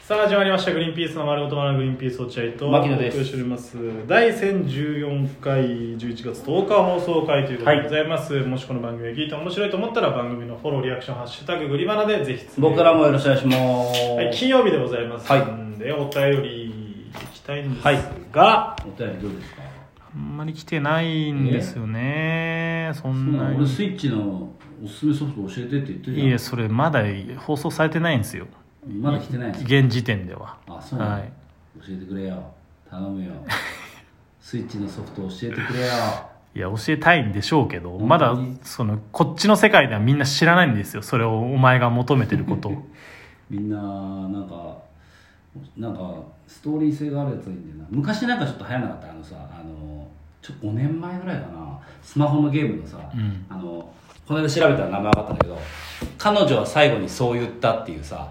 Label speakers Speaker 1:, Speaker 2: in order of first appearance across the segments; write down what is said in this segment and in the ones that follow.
Speaker 1: さあ始まりました「グリーンピースの丸ごと丸グリーンピース落合」と
Speaker 2: 牧野です
Speaker 1: お送りしております第1014回11月10日放送回ということで
Speaker 2: はい
Speaker 1: ございます、もしこの番組が聞いて面白いと思ったら番組のフォローリアクション「ハッシュタググリバナ」でぜひつぶやいて
Speaker 2: 僕からもよろしくお願いします。
Speaker 1: はい、金曜日でございます
Speaker 2: はい
Speaker 1: んで、お便りいきたいんです
Speaker 2: はい
Speaker 1: が、
Speaker 2: お便りどうですか
Speaker 1: あんまり来てないんですよねそんな
Speaker 2: 俺
Speaker 1: に
Speaker 2: スイッチのおすすめソフト教えてって言ってるじゃん
Speaker 1: いえそれまだ放送されてないんですよ
Speaker 2: まだ来てないの
Speaker 1: 現時点では
Speaker 2: あそうなの、
Speaker 1: はい
Speaker 2: 教えてくれよ頼むよスイッチのソフト教えてくれよ
Speaker 1: いや教えたいんでしょうけど
Speaker 2: 本当に
Speaker 1: まだそのこっちの世界ではみんな知らないんですよそれをお前が求めてることを
Speaker 2: みんななんかなんかストーリー性があるやつがいいんだよな昔なんかちょっと流行らなかったあのさあのちょ5年前ぐらいかなスマホのゲームのさ、
Speaker 1: うん
Speaker 2: あのこの間調べたら名前分かったんだけど彼女は最後にそう言ったっていうさ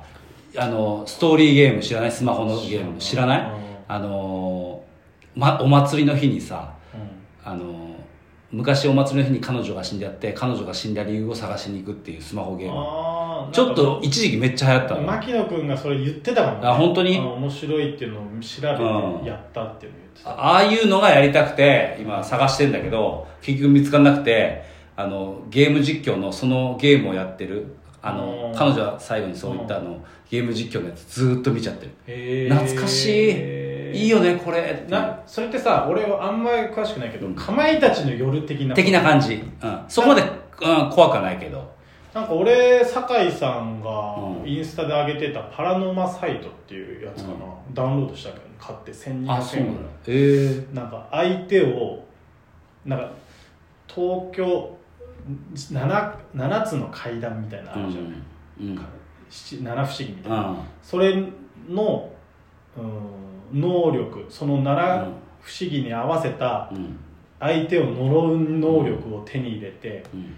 Speaker 2: あのストーリーゲーム知らないスマホのゲーム知らない
Speaker 1: うん
Speaker 2: あの、ま、お祭りの日にさあの昔お祭りの日に彼女が死んじゃって彼女が死んだ理由を探しに行くっていうスマホゲーム
Speaker 1: あー
Speaker 2: ちょっと一時期めっちゃ流行ったのよ
Speaker 1: 牧野君がそれ言ってたかも、
Speaker 2: あ本当に
Speaker 1: あの面白いっていうのを調べ
Speaker 2: うん
Speaker 1: てやったっていうのを言ってた、
Speaker 2: あああいうのがやりたくて今探してんだけど結局見つからなくてあのゲーム実況のそのゲームをやってるあ
Speaker 1: う
Speaker 2: の
Speaker 1: ん
Speaker 2: 彼女は最後にそう言ったあのゲーム実況のやつずーっと見ちゃってる
Speaker 1: へー
Speaker 2: 懐かしいいいよねこれ
Speaker 1: なそれってさ俺はあんまり詳しくないけど、
Speaker 2: うん
Speaker 1: かまいたちの夜的な
Speaker 2: 的な感じ、うん、そこまで、うん、怖くはないけど
Speaker 1: なんか俺酒井さんが
Speaker 2: うん
Speaker 1: インスタで上げてたパラノマサイトっていうやつかな、ダウンロードしたけど買って
Speaker 2: あそ
Speaker 1: 1200
Speaker 2: う
Speaker 1: 円
Speaker 2: なん
Speaker 1: ぐ
Speaker 2: だ
Speaker 1: らい
Speaker 2: ええ
Speaker 1: なんか相手をなんか東京 7, 7つの階段みたいなのあるじゃない、
Speaker 2: うん
Speaker 1: か七七不思議みたいな、
Speaker 2: うん
Speaker 1: それの、うん、能力その七
Speaker 2: うん
Speaker 1: 不思議に合わせた
Speaker 2: うん
Speaker 1: 相手を呪う能力を手に入れて
Speaker 2: うん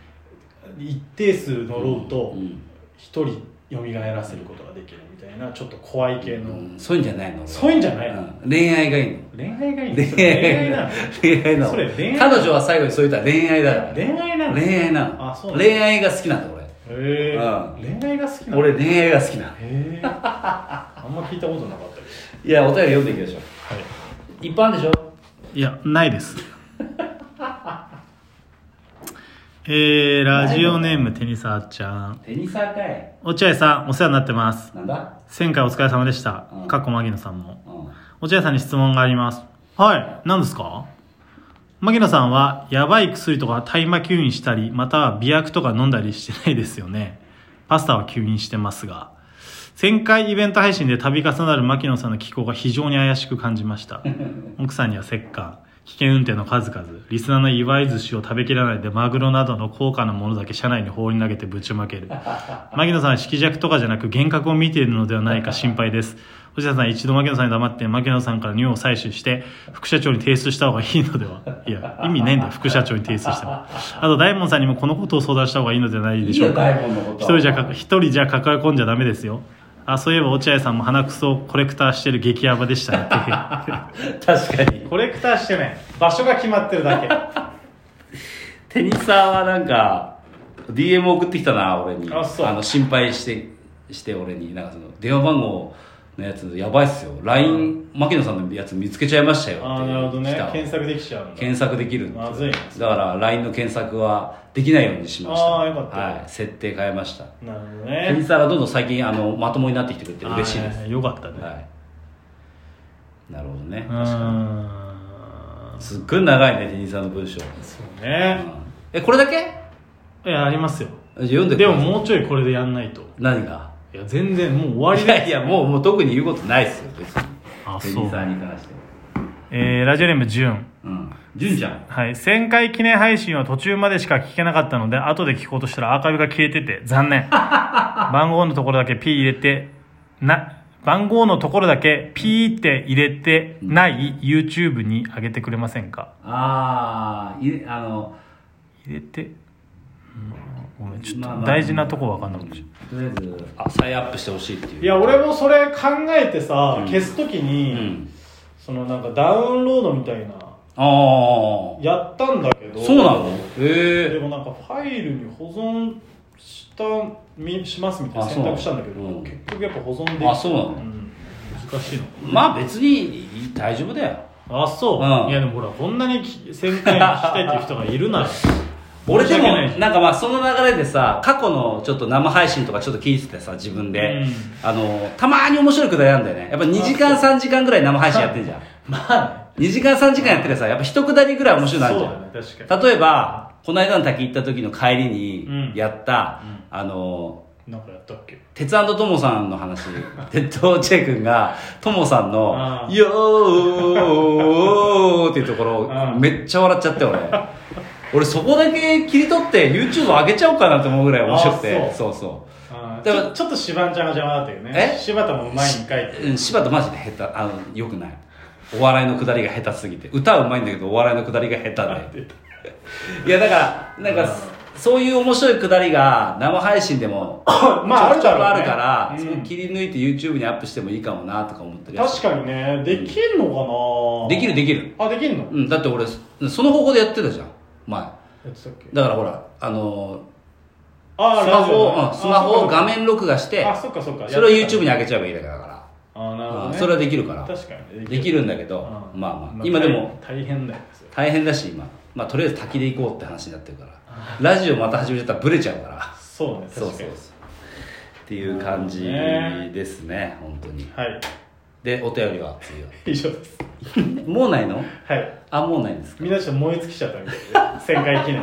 Speaker 1: 一定数呪うと
Speaker 2: うん
Speaker 1: 一人蘇らせることができるみたいなちょっと怖い系の、
Speaker 2: うんそういうんじゃないの
Speaker 1: そういうんじゃないの、
Speaker 2: うん恋愛がいいの
Speaker 1: 恋愛がいいのそ
Speaker 2: 恋
Speaker 1: れ
Speaker 2: 愛
Speaker 1: 恋愛なの
Speaker 2: なの恋愛なの
Speaker 1: それ恋愛
Speaker 2: 彼女は最後にそう言ったら恋愛だから
Speaker 1: 恋愛なの
Speaker 2: 恋愛な
Speaker 1: あそう
Speaker 2: の
Speaker 1: なんだ
Speaker 2: 恋愛が好きなんだ
Speaker 1: へー恋愛が好きなの
Speaker 2: 俺俺恋愛が好きなの
Speaker 1: へえあんま聞いたことなかったけど
Speaker 2: いやお便り読んでいきましょう一般でしょ
Speaker 1: いやないですえー、ラジオネームテニサーちゃん
Speaker 2: テニサーかい
Speaker 1: 落合さんお世話になってます
Speaker 2: なんだ
Speaker 1: 前回お疲れ様でした
Speaker 2: うん
Speaker 1: かっこ牧野さんも
Speaker 2: うん
Speaker 1: 落合さんに質問がありますはい何ですか牧野さんはやばい薬とか大麻吸引したりまたは媚薬とか飲んだりしてないですよねパスタは吸引してますが前回イベント配信で度重なる牧野さんの気候が非常に怪しく感じました 奥さんには折檻危険運転の数々リスナーの祝い寿司を食べきらないでマグロなどの高価なものだけ車内に放り投げてぶちまけ る牧野さんは色弱とかじゃなく幻覚を見ているのではないか心配です星田さん一度牧野さんに黙って牧野さんから尿を採取して副社長に提出した方がいいのではいや意味ないんだよ副社長に提出してもあと大門さんにもこのことを相談した方がいいのではないで
Speaker 2: いい
Speaker 1: しょ
Speaker 2: よ
Speaker 1: うか
Speaker 2: 大根のこと
Speaker 1: 一人じゃか一人じゃ抱え込んじゃダメですよあそういえば落合さんも鼻くそをコレクターしてる激ヤバで したね
Speaker 2: 確かに
Speaker 1: コレクターしてない場所が決まってる だけ
Speaker 2: テニサーはなんか DM 送ってきたな俺に
Speaker 1: あそう
Speaker 2: の心配してして俺になんかその電話番号のやつやばいっすよ LINE 牧野さんのやつ見つけちゃいましたよって
Speaker 1: ああなるほどね
Speaker 2: 来た
Speaker 1: 検索できちゃうんだ
Speaker 2: 検索できるんで
Speaker 1: まずいね
Speaker 2: だから LINE の検索はできないようにしました
Speaker 1: あーよかった
Speaker 2: はい、設定変えました
Speaker 1: なるほど
Speaker 2: テニ
Speaker 1: ね
Speaker 2: サーがどんどん最近あのまともになってきてくれて嬉しいです
Speaker 1: あーよかったね、
Speaker 2: はいなるほどね
Speaker 1: うーん
Speaker 2: すっごい長いねテニサーの文章、
Speaker 1: そう
Speaker 2: う
Speaker 1: ね
Speaker 2: んえこれだけ
Speaker 1: いやありますよ
Speaker 2: じゃあ読んでく
Speaker 1: で
Speaker 2: だ
Speaker 1: も
Speaker 2: さい
Speaker 1: もうちょいこれでやんないと
Speaker 2: 何が
Speaker 1: いや全然もう終わり
Speaker 2: い
Speaker 1: だ
Speaker 2: やいやもうもう特に言うことないですよ別に
Speaker 1: あ
Speaker 2: テ
Speaker 1: そう
Speaker 2: ニサーに関しては
Speaker 1: えー、ラジオネームジュン
Speaker 2: うん純ちゃん
Speaker 1: はい、1000回記念配信は途中までしか聞けなかったので後で聞こうとしたらアーカイブが消えてて残 念番号のところだけ P 入れてな番号のところだけ P って入れてない YouTube に上げてくれませんか
Speaker 2: ああいあの
Speaker 1: 入れて、うん、ごめんちょっ
Speaker 2: まあま
Speaker 1: と
Speaker 2: あ
Speaker 1: 大事なとこわかんなくなっちゃう
Speaker 2: とりあえずあ再アップしてほしいっていう
Speaker 1: いや俺もそれ考えてさ、
Speaker 2: うん
Speaker 1: 消す時に、
Speaker 2: うん
Speaker 1: そのなんかダウンロードみたいな
Speaker 2: ああ
Speaker 1: やったんだけど
Speaker 2: そうなの
Speaker 1: で
Speaker 2: へえ
Speaker 1: もなんかファイルに保存したみしますみたいな
Speaker 2: あ
Speaker 1: 選択したんだけ
Speaker 2: そう
Speaker 1: ど
Speaker 2: うん
Speaker 1: 結局やっぱ保存でき
Speaker 2: あそうなの
Speaker 1: んおかしいの
Speaker 2: まあ別に大丈夫だよ
Speaker 1: あそう、
Speaker 2: うん
Speaker 1: いやでもほらこんなに1000回聞きたいっていう人がいるなら
Speaker 2: 俺で
Speaker 1: 申し訳
Speaker 2: も
Speaker 1: ないし
Speaker 2: なんかまあその流れでさ過去のちょっと生配信とかちょっと聞いててさ自分で、
Speaker 1: うん
Speaker 2: あのたまに面白いくだりなんだよねやっぱ2時間3時間ぐらい生配信やってんじゃん
Speaker 1: まあ
Speaker 2: 2時間3時間やっててさやっぱ一くだりぐらい面白い
Speaker 1: そう
Speaker 2: な
Speaker 1: だ
Speaker 2: るじゃん
Speaker 1: ね確かに
Speaker 2: 例えばこの間の滝行った時の帰りに
Speaker 1: うん
Speaker 2: やった、
Speaker 1: うん
Speaker 2: あの
Speaker 1: なんかやったっけ
Speaker 2: 鉄腕とともさんの 話鉄道チェ君がともさんの
Speaker 1: あ
Speaker 2: 「
Speaker 1: ー
Speaker 2: よー」っていうところ
Speaker 1: あー
Speaker 2: めっちゃ笑っちゃっ て俺俺そこだけ切り取って YouTube 上げちゃおうかなと思うぐらい面白く
Speaker 1: あ
Speaker 2: て
Speaker 1: ー
Speaker 2: そうそ
Speaker 1: あー
Speaker 2: でも
Speaker 1: ちょちょっとシバンちゃんが邪魔だったよね
Speaker 2: え
Speaker 1: 柴田もうまいんかいって
Speaker 2: ううん柴田マジで下手あのよくないお笑いのくだりが下手すぎて歌はうまいんだけどお笑いのくだりが下手
Speaker 1: あ
Speaker 2: で
Speaker 1: って
Speaker 2: いやだからなんかそういう面白いくだりが生配信でも
Speaker 1: まあ
Speaker 2: ちょくちょく
Speaker 1: あ
Speaker 2: あ
Speaker 1: る
Speaker 2: る
Speaker 1: だろ
Speaker 2: か
Speaker 1: うね
Speaker 2: らそこ
Speaker 1: うん
Speaker 2: 切り抜いて YouTube にアップしてもいいかもなとか思ってるやつ
Speaker 1: 確かにねできんのかな
Speaker 2: できるできる
Speaker 1: あできんの
Speaker 2: うんだって俺その方法でやってたじゃん前
Speaker 1: やってたっけ
Speaker 2: だからほらあの
Speaker 1: あー
Speaker 2: スマホ
Speaker 1: ラジオ
Speaker 2: を、
Speaker 1: ね
Speaker 2: うんスマホを画
Speaker 1: あ
Speaker 2: 面録画して
Speaker 1: そっかそっかあそっかそっか
Speaker 2: それを
Speaker 1: やってた
Speaker 2: YouTube に上げちゃえばいいだけだか
Speaker 1: あーなるほ
Speaker 2: ら、
Speaker 1: ど
Speaker 2: うん
Speaker 1: ね
Speaker 2: それはできるから
Speaker 1: 確かに
Speaker 2: できるんだけど
Speaker 1: うん
Speaker 2: まあまあ今でも
Speaker 1: 大大変だよそれ
Speaker 2: 大変だし今まあとりあえず滝で行こうって話になってるからラジオまた始めちゃったらブレちゃうから
Speaker 1: そうね確
Speaker 2: そうそう
Speaker 1: か
Speaker 2: そう
Speaker 1: に
Speaker 2: っていう感じですね本当に
Speaker 1: はい
Speaker 2: でお便りは次は
Speaker 1: 以上です
Speaker 2: もうないの
Speaker 1: はい
Speaker 2: あもうないんですか
Speaker 1: みんなちょっと燃え尽きちゃったみたいで1000回記念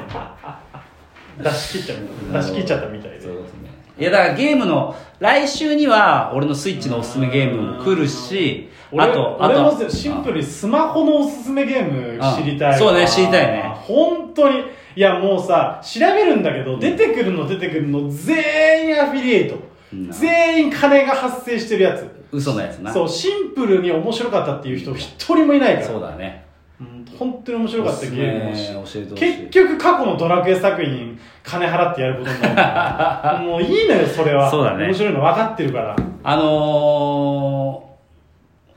Speaker 1: 出し切っちゃった出し切っちゃったみたいで
Speaker 2: そうですねいやだからゲームの来週には俺のスイッチのおすすめゲームも来るし
Speaker 1: 俺
Speaker 2: あとあ
Speaker 1: 俺
Speaker 2: と
Speaker 1: もシンプルにスマホのおすすめゲーム知りたいわ
Speaker 2: うんそうね知りたいね
Speaker 1: 本当にいやもうさ調べるんだけど出てくるの出てくるの全員アフィリエイト
Speaker 2: うん
Speaker 1: 全員金が発生してるやつ
Speaker 2: 嘘のやつな
Speaker 1: そうシンプルに面白かったっていう人一人もいないから
Speaker 2: そうだね
Speaker 1: うん本当に面白かったゲームを
Speaker 2: おす
Speaker 1: し
Speaker 2: すめ教えてほしい
Speaker 1: 結局過去のドラクエ作品金払ってやることになるから もういいのよそれは
Speaker 2: そうだね
Speaker 1: 面白いの分かってるから
Speaker 2: あのー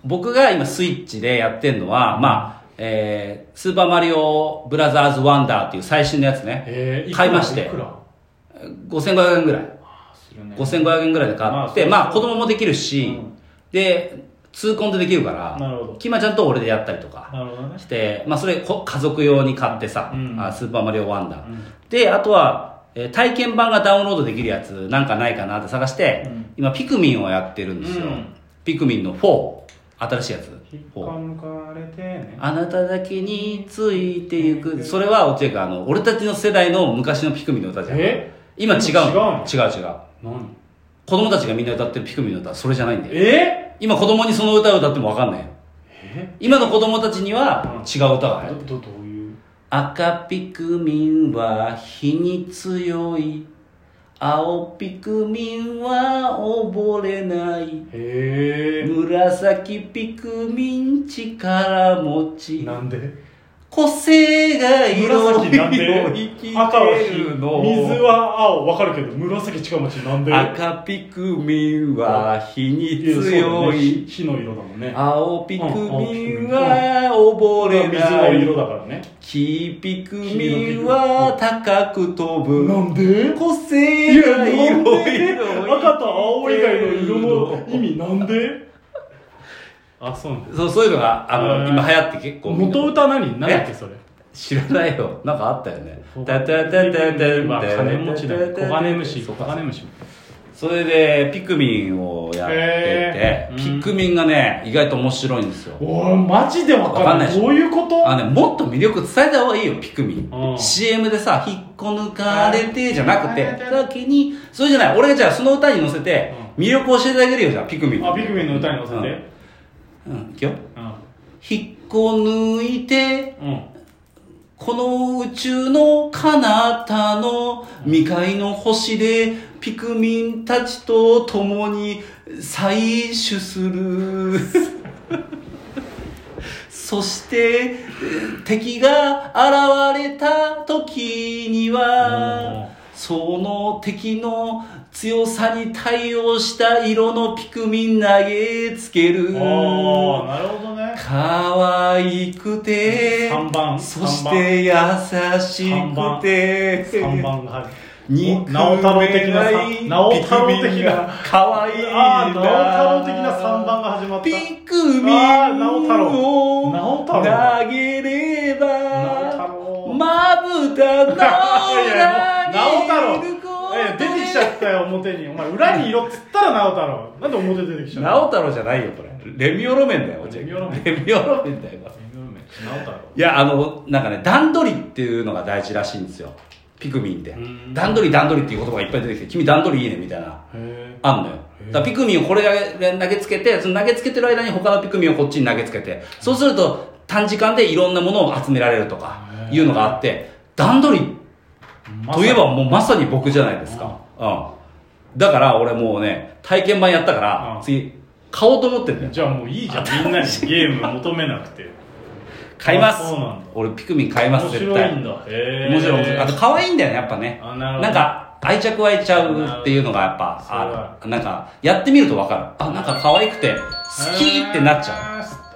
Speaker 2: 僕が今スイッチでやってんのは、まあ、えー、スーパーマリオブラザーズワンダーっていう最新のやつね。
Speaker 1: えーいくら
Speaker 2: 買いまして
Speaker 1: いくら
Speaker 2: 5500円ぐらい。
Speaker 1: するね
Speaker 2: 5500円ぐらいで買って、
Speaker 1: まあ
Speaker 2: まあ子供もできるし、
Speaker 1: うん
Speaker 2: で、痛恨でできるか
Speaker 1: なるほ
Speaker 2: ら
Speaker 1: ど、
Speaker 2: キマちゃんと俺でやったりとか
Speaker 1: なるほどね
Speaker 2: して、まあそれこ家族用に買ってさ、
Speaker 1: うん
Speaker 2: あスーパーマリオワンダー。
Speaker 1: うん
Speaker 2: で、あとは、えー体験版がダウンロードできるやつなんかないかなって探して、
Speaker 1: うん
Speaker 2: 今ピクミンをやってるんですよ。
Speaker 1: うん
Speaker 2: ピクミンの4。新しいやつ。
Speaker 1: 引っ
Speaker 2: 4
Speaker 1: こ抜かれてね
Speaker 2: あなただけについてゆく。それは、落合君、あの、俺たちの世代の昔のピクミンの歌じゃん。
Speaker 1: え
Speaker 2: 今違うの。違う違う
Speaker 1: 何
Speaker 2: 子供たちがみんな歌ってるピクミンの歌はそれじゃないんだよ。
Speaker 1: え
Speaker 2: 今子供にその歌を歌ってもわかんないよ。
Speaker 1: え
Speaker 2: 今の子供たちには違う歌が入る。
Speaker 1: どどどういう
Speaker 2: 赤ピクミンは火に強い青ピクミンは溺れない
Speaker 1: へ
Speaker 2: 紫ピクミン力持
Speaker 1: え
Speaker 2: ち
Speaker 1: なんで
Speaker 2: 個性が色
Speaker 1: 紫なん
Speaker 2: 々生
Speaker 1: で
Speaker 2: きてる
Speaker 1: 赤は火
Speaker 2: の
Speaker 1: 水は青わかるけど紫近町なんで
Speaker 2: 赤ピクミンは火に
Speaker 1: やそうだ
Speaker 2: 強
Speaker 1: ね
Speaker 2: い
Speaker 1: 火の色だもんね
Speaker 2: 青ピクミンは溺れ
Speaker 1: 水の
Speaker 2: ない
Speaker 1: 色だからね
Speaker 2: 黄ピクミンは高く飛ぶ
Speaker 1: なんで
Speaker 2: 個性
Speaker 1: いや、な
Speaker 2: が
Speaker 1: ん
Speaker 2: いろい
Speaker 1: で
Speaker 2: ろ
Speaker 1: 赤と青以外の色の意味なんであ、そうなん
Speaker 2: そうそういうのがあの、
Speaker 1: えー
Speaker 2: 今流行って結構みんな
Speaker 1: 元歌何何だっけそれ
Speaker 2: 知らないよなんかあったよねたたたたた
Speaker 1: まあ金持ちだよ小金虫小
Speaker 2: そうか
Speaker 1: 金虫
Speaker 2: それでピクミンをやってて、
Speaker 1: へーうん
Speaker 2: ピクミンがね意外と面白いんですよ
Speaker 1: おいマジでわかんな
Speaker 2: わかんないで
Speaker 1: い
Speaker 2: し
Speaker 1: ど
Speaker 2: ょ
Speaker 1: ういうこと
Speaker 2: あのね、もっと魅力伝えた方がいいよ、ピクミ
Speaker 1: う
Speaker 2: ン。
Speaker 1: ん
Speaker 2: CM でさ、引っこ抜かれてじゃなく
Speaker 1: あ
Speaker 2: て
Speaker 1: ー、
Speaker 2: 先に、それじゃない、俺がじゃあその歌に乗せて、魅力を教えてあげるよ、じゃあ、ピクミン。
Speaker 1: あピクミンの歌に乗せて
Speaker 2: うん。うん、いくよ。
Speaker 1: うん
Speaker 2: 引っこ抜いて、
Speaker 1: うん
Speaker 2: この宇宙の彼方の未開の星で、ピクミンたちと共に採取する。 そして、えー敵が現れた時には、その敵の強さに対応した色のピクミン投げつける。
Speaker 1: ああなるほどね
Speaker 2: 可愛くて
Speaker 1: 三番
Speaker 2: そして優し
Speaker 1: 三番
Speaker 2: くて
Speaker 1: 3番が入るお直太郎的なさ直太郎的な
Speaker 2: かわいい
Speaker 1: あー直太郎的な三番が始まった
Speaker 2: ピクミン
Speaker 1: あー直太郎
Speaker 2: を
Speaker 1: 直太郎
Speaker 2: 投げれば
Speaker 1: 直太郎
Speaker 2: まぶたの
Speaker 1: いやいやもう
Speaker 2: 裏
Speaker 1: 直
Speaker 2: にいる
Speaker 1: 太
Speaker 2: 子
Speaker 1: 郎いや出てきちゃったよ表にお前裏にいろっつったら直太郎なんで表出てきちゃった
Speaker 2: 直太郎じゃないよこれレミオロメンだよ
Speaker 1: レミオロメン
Speaker 2: レミオロメンだよ
Speaker 1: 直太郎
Speaker 2: いやあのなんかね段取りっていうのが大事らしいんですよピクミンって
Speaker 1: ん
Speaker 2: 段取り段取りっていう言葉がいっぱい出てきて君段取りいいねみたいな
Speaker 1: へ
Speaker 2: あんのよだからピクミンをこれ投げつけてその投げつけてる間に他のピクミンをこっちに投げつけてそうすると短時間でいろんなものを集められるとか
Speaker 1: へー
Speaker 2: いうのがあって段取り
Speaker 1: え
Speaker 2: といえばもうまさに僕じゃないですか、うん、だから俺もうね体験版やったから、
Speaker 1: うん
Speaker 2: 次買おうと思ってんだよ
Speaker 1: じゃあもういいじゃんみんなにゲーム求めなくて
Speaker 2: 買います
Speaker 1: あそうなんだ
Speaker 2: 俺ピクミン買いま
Speaker 1: 面
Speaker 2: す絶対
Speaker 1: 白いんだへえ
Speaker 2: もちろん面白いあと可愛いんだよねやっぱね
Speaker 1: あなるほど
Speaker 2: んか愛着湧いちゃうっていうのがやっぱ
Speaker 1: なるほど
Speaker 2: あなんかやってみると分かるあなんか可愛くて好きってなっちゃ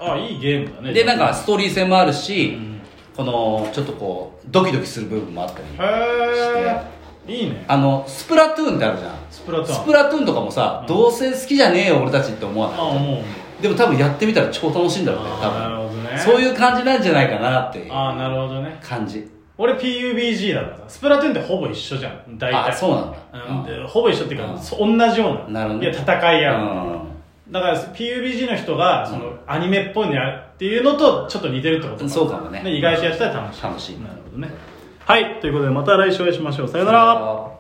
Speaker 1: ゃうあいいゲームだ
Speaker 2: う
Speaker 1: ね
Speaker 2: でなんかストーリー性もある
Speaker 1: う
Speaker 2: し、
Speaker 1: ん
Speaker 2: このちょっとこうドキドキする部分もあったり
Speaker 1: へえいいね
Speaker 2: あのスプラトゥーンってあるじゃん
Speaker 1: スプラトゥーン
Speaker 2: スプラトゥーンとかもさ、
Speaker 1: うん
Speaker 2: どうせ好きじゃねえよ俺たちって思わない
Speaker 1: あもう
Speaker 2: でも多分やってみたら超楽しいんだろうね多
Speaker 1: あなる
Speaker 2: 分
Speaker 1: ほどね
Speaker 2: そういう感じなんじゃないかなっていう
Speaker 1: あなるほどね
Speaker 2: 感じ
Speaker 1: 俺 PUBG だからさスプラトゥーンってほぼ一緒じゃん大体
Speaker 2: あそうなんだ
Speaker 1: うん
Speaker 2: うん
Speaker 1: でほぼ一緒っていうか、
Speaker 2: うん
Speaker 1: そ同じよう
Speaker 2: な
Speaker 1: な
Speaker 2: るほど
Speaker 1: いや戦いやる、
Speaker 2: う
Speaker 1: だから PUBG の人がその、アニメっぽいのやるっていうのとちょっと似てるってこと
Speaker 2: んそうかもね
Speaker 1: 意外とやってたら楽しい
Speaker 2: 楽しい
Speaker 1: なるほどねはいということでまた来週お会いしましょうさよなら
Speaker 2: ら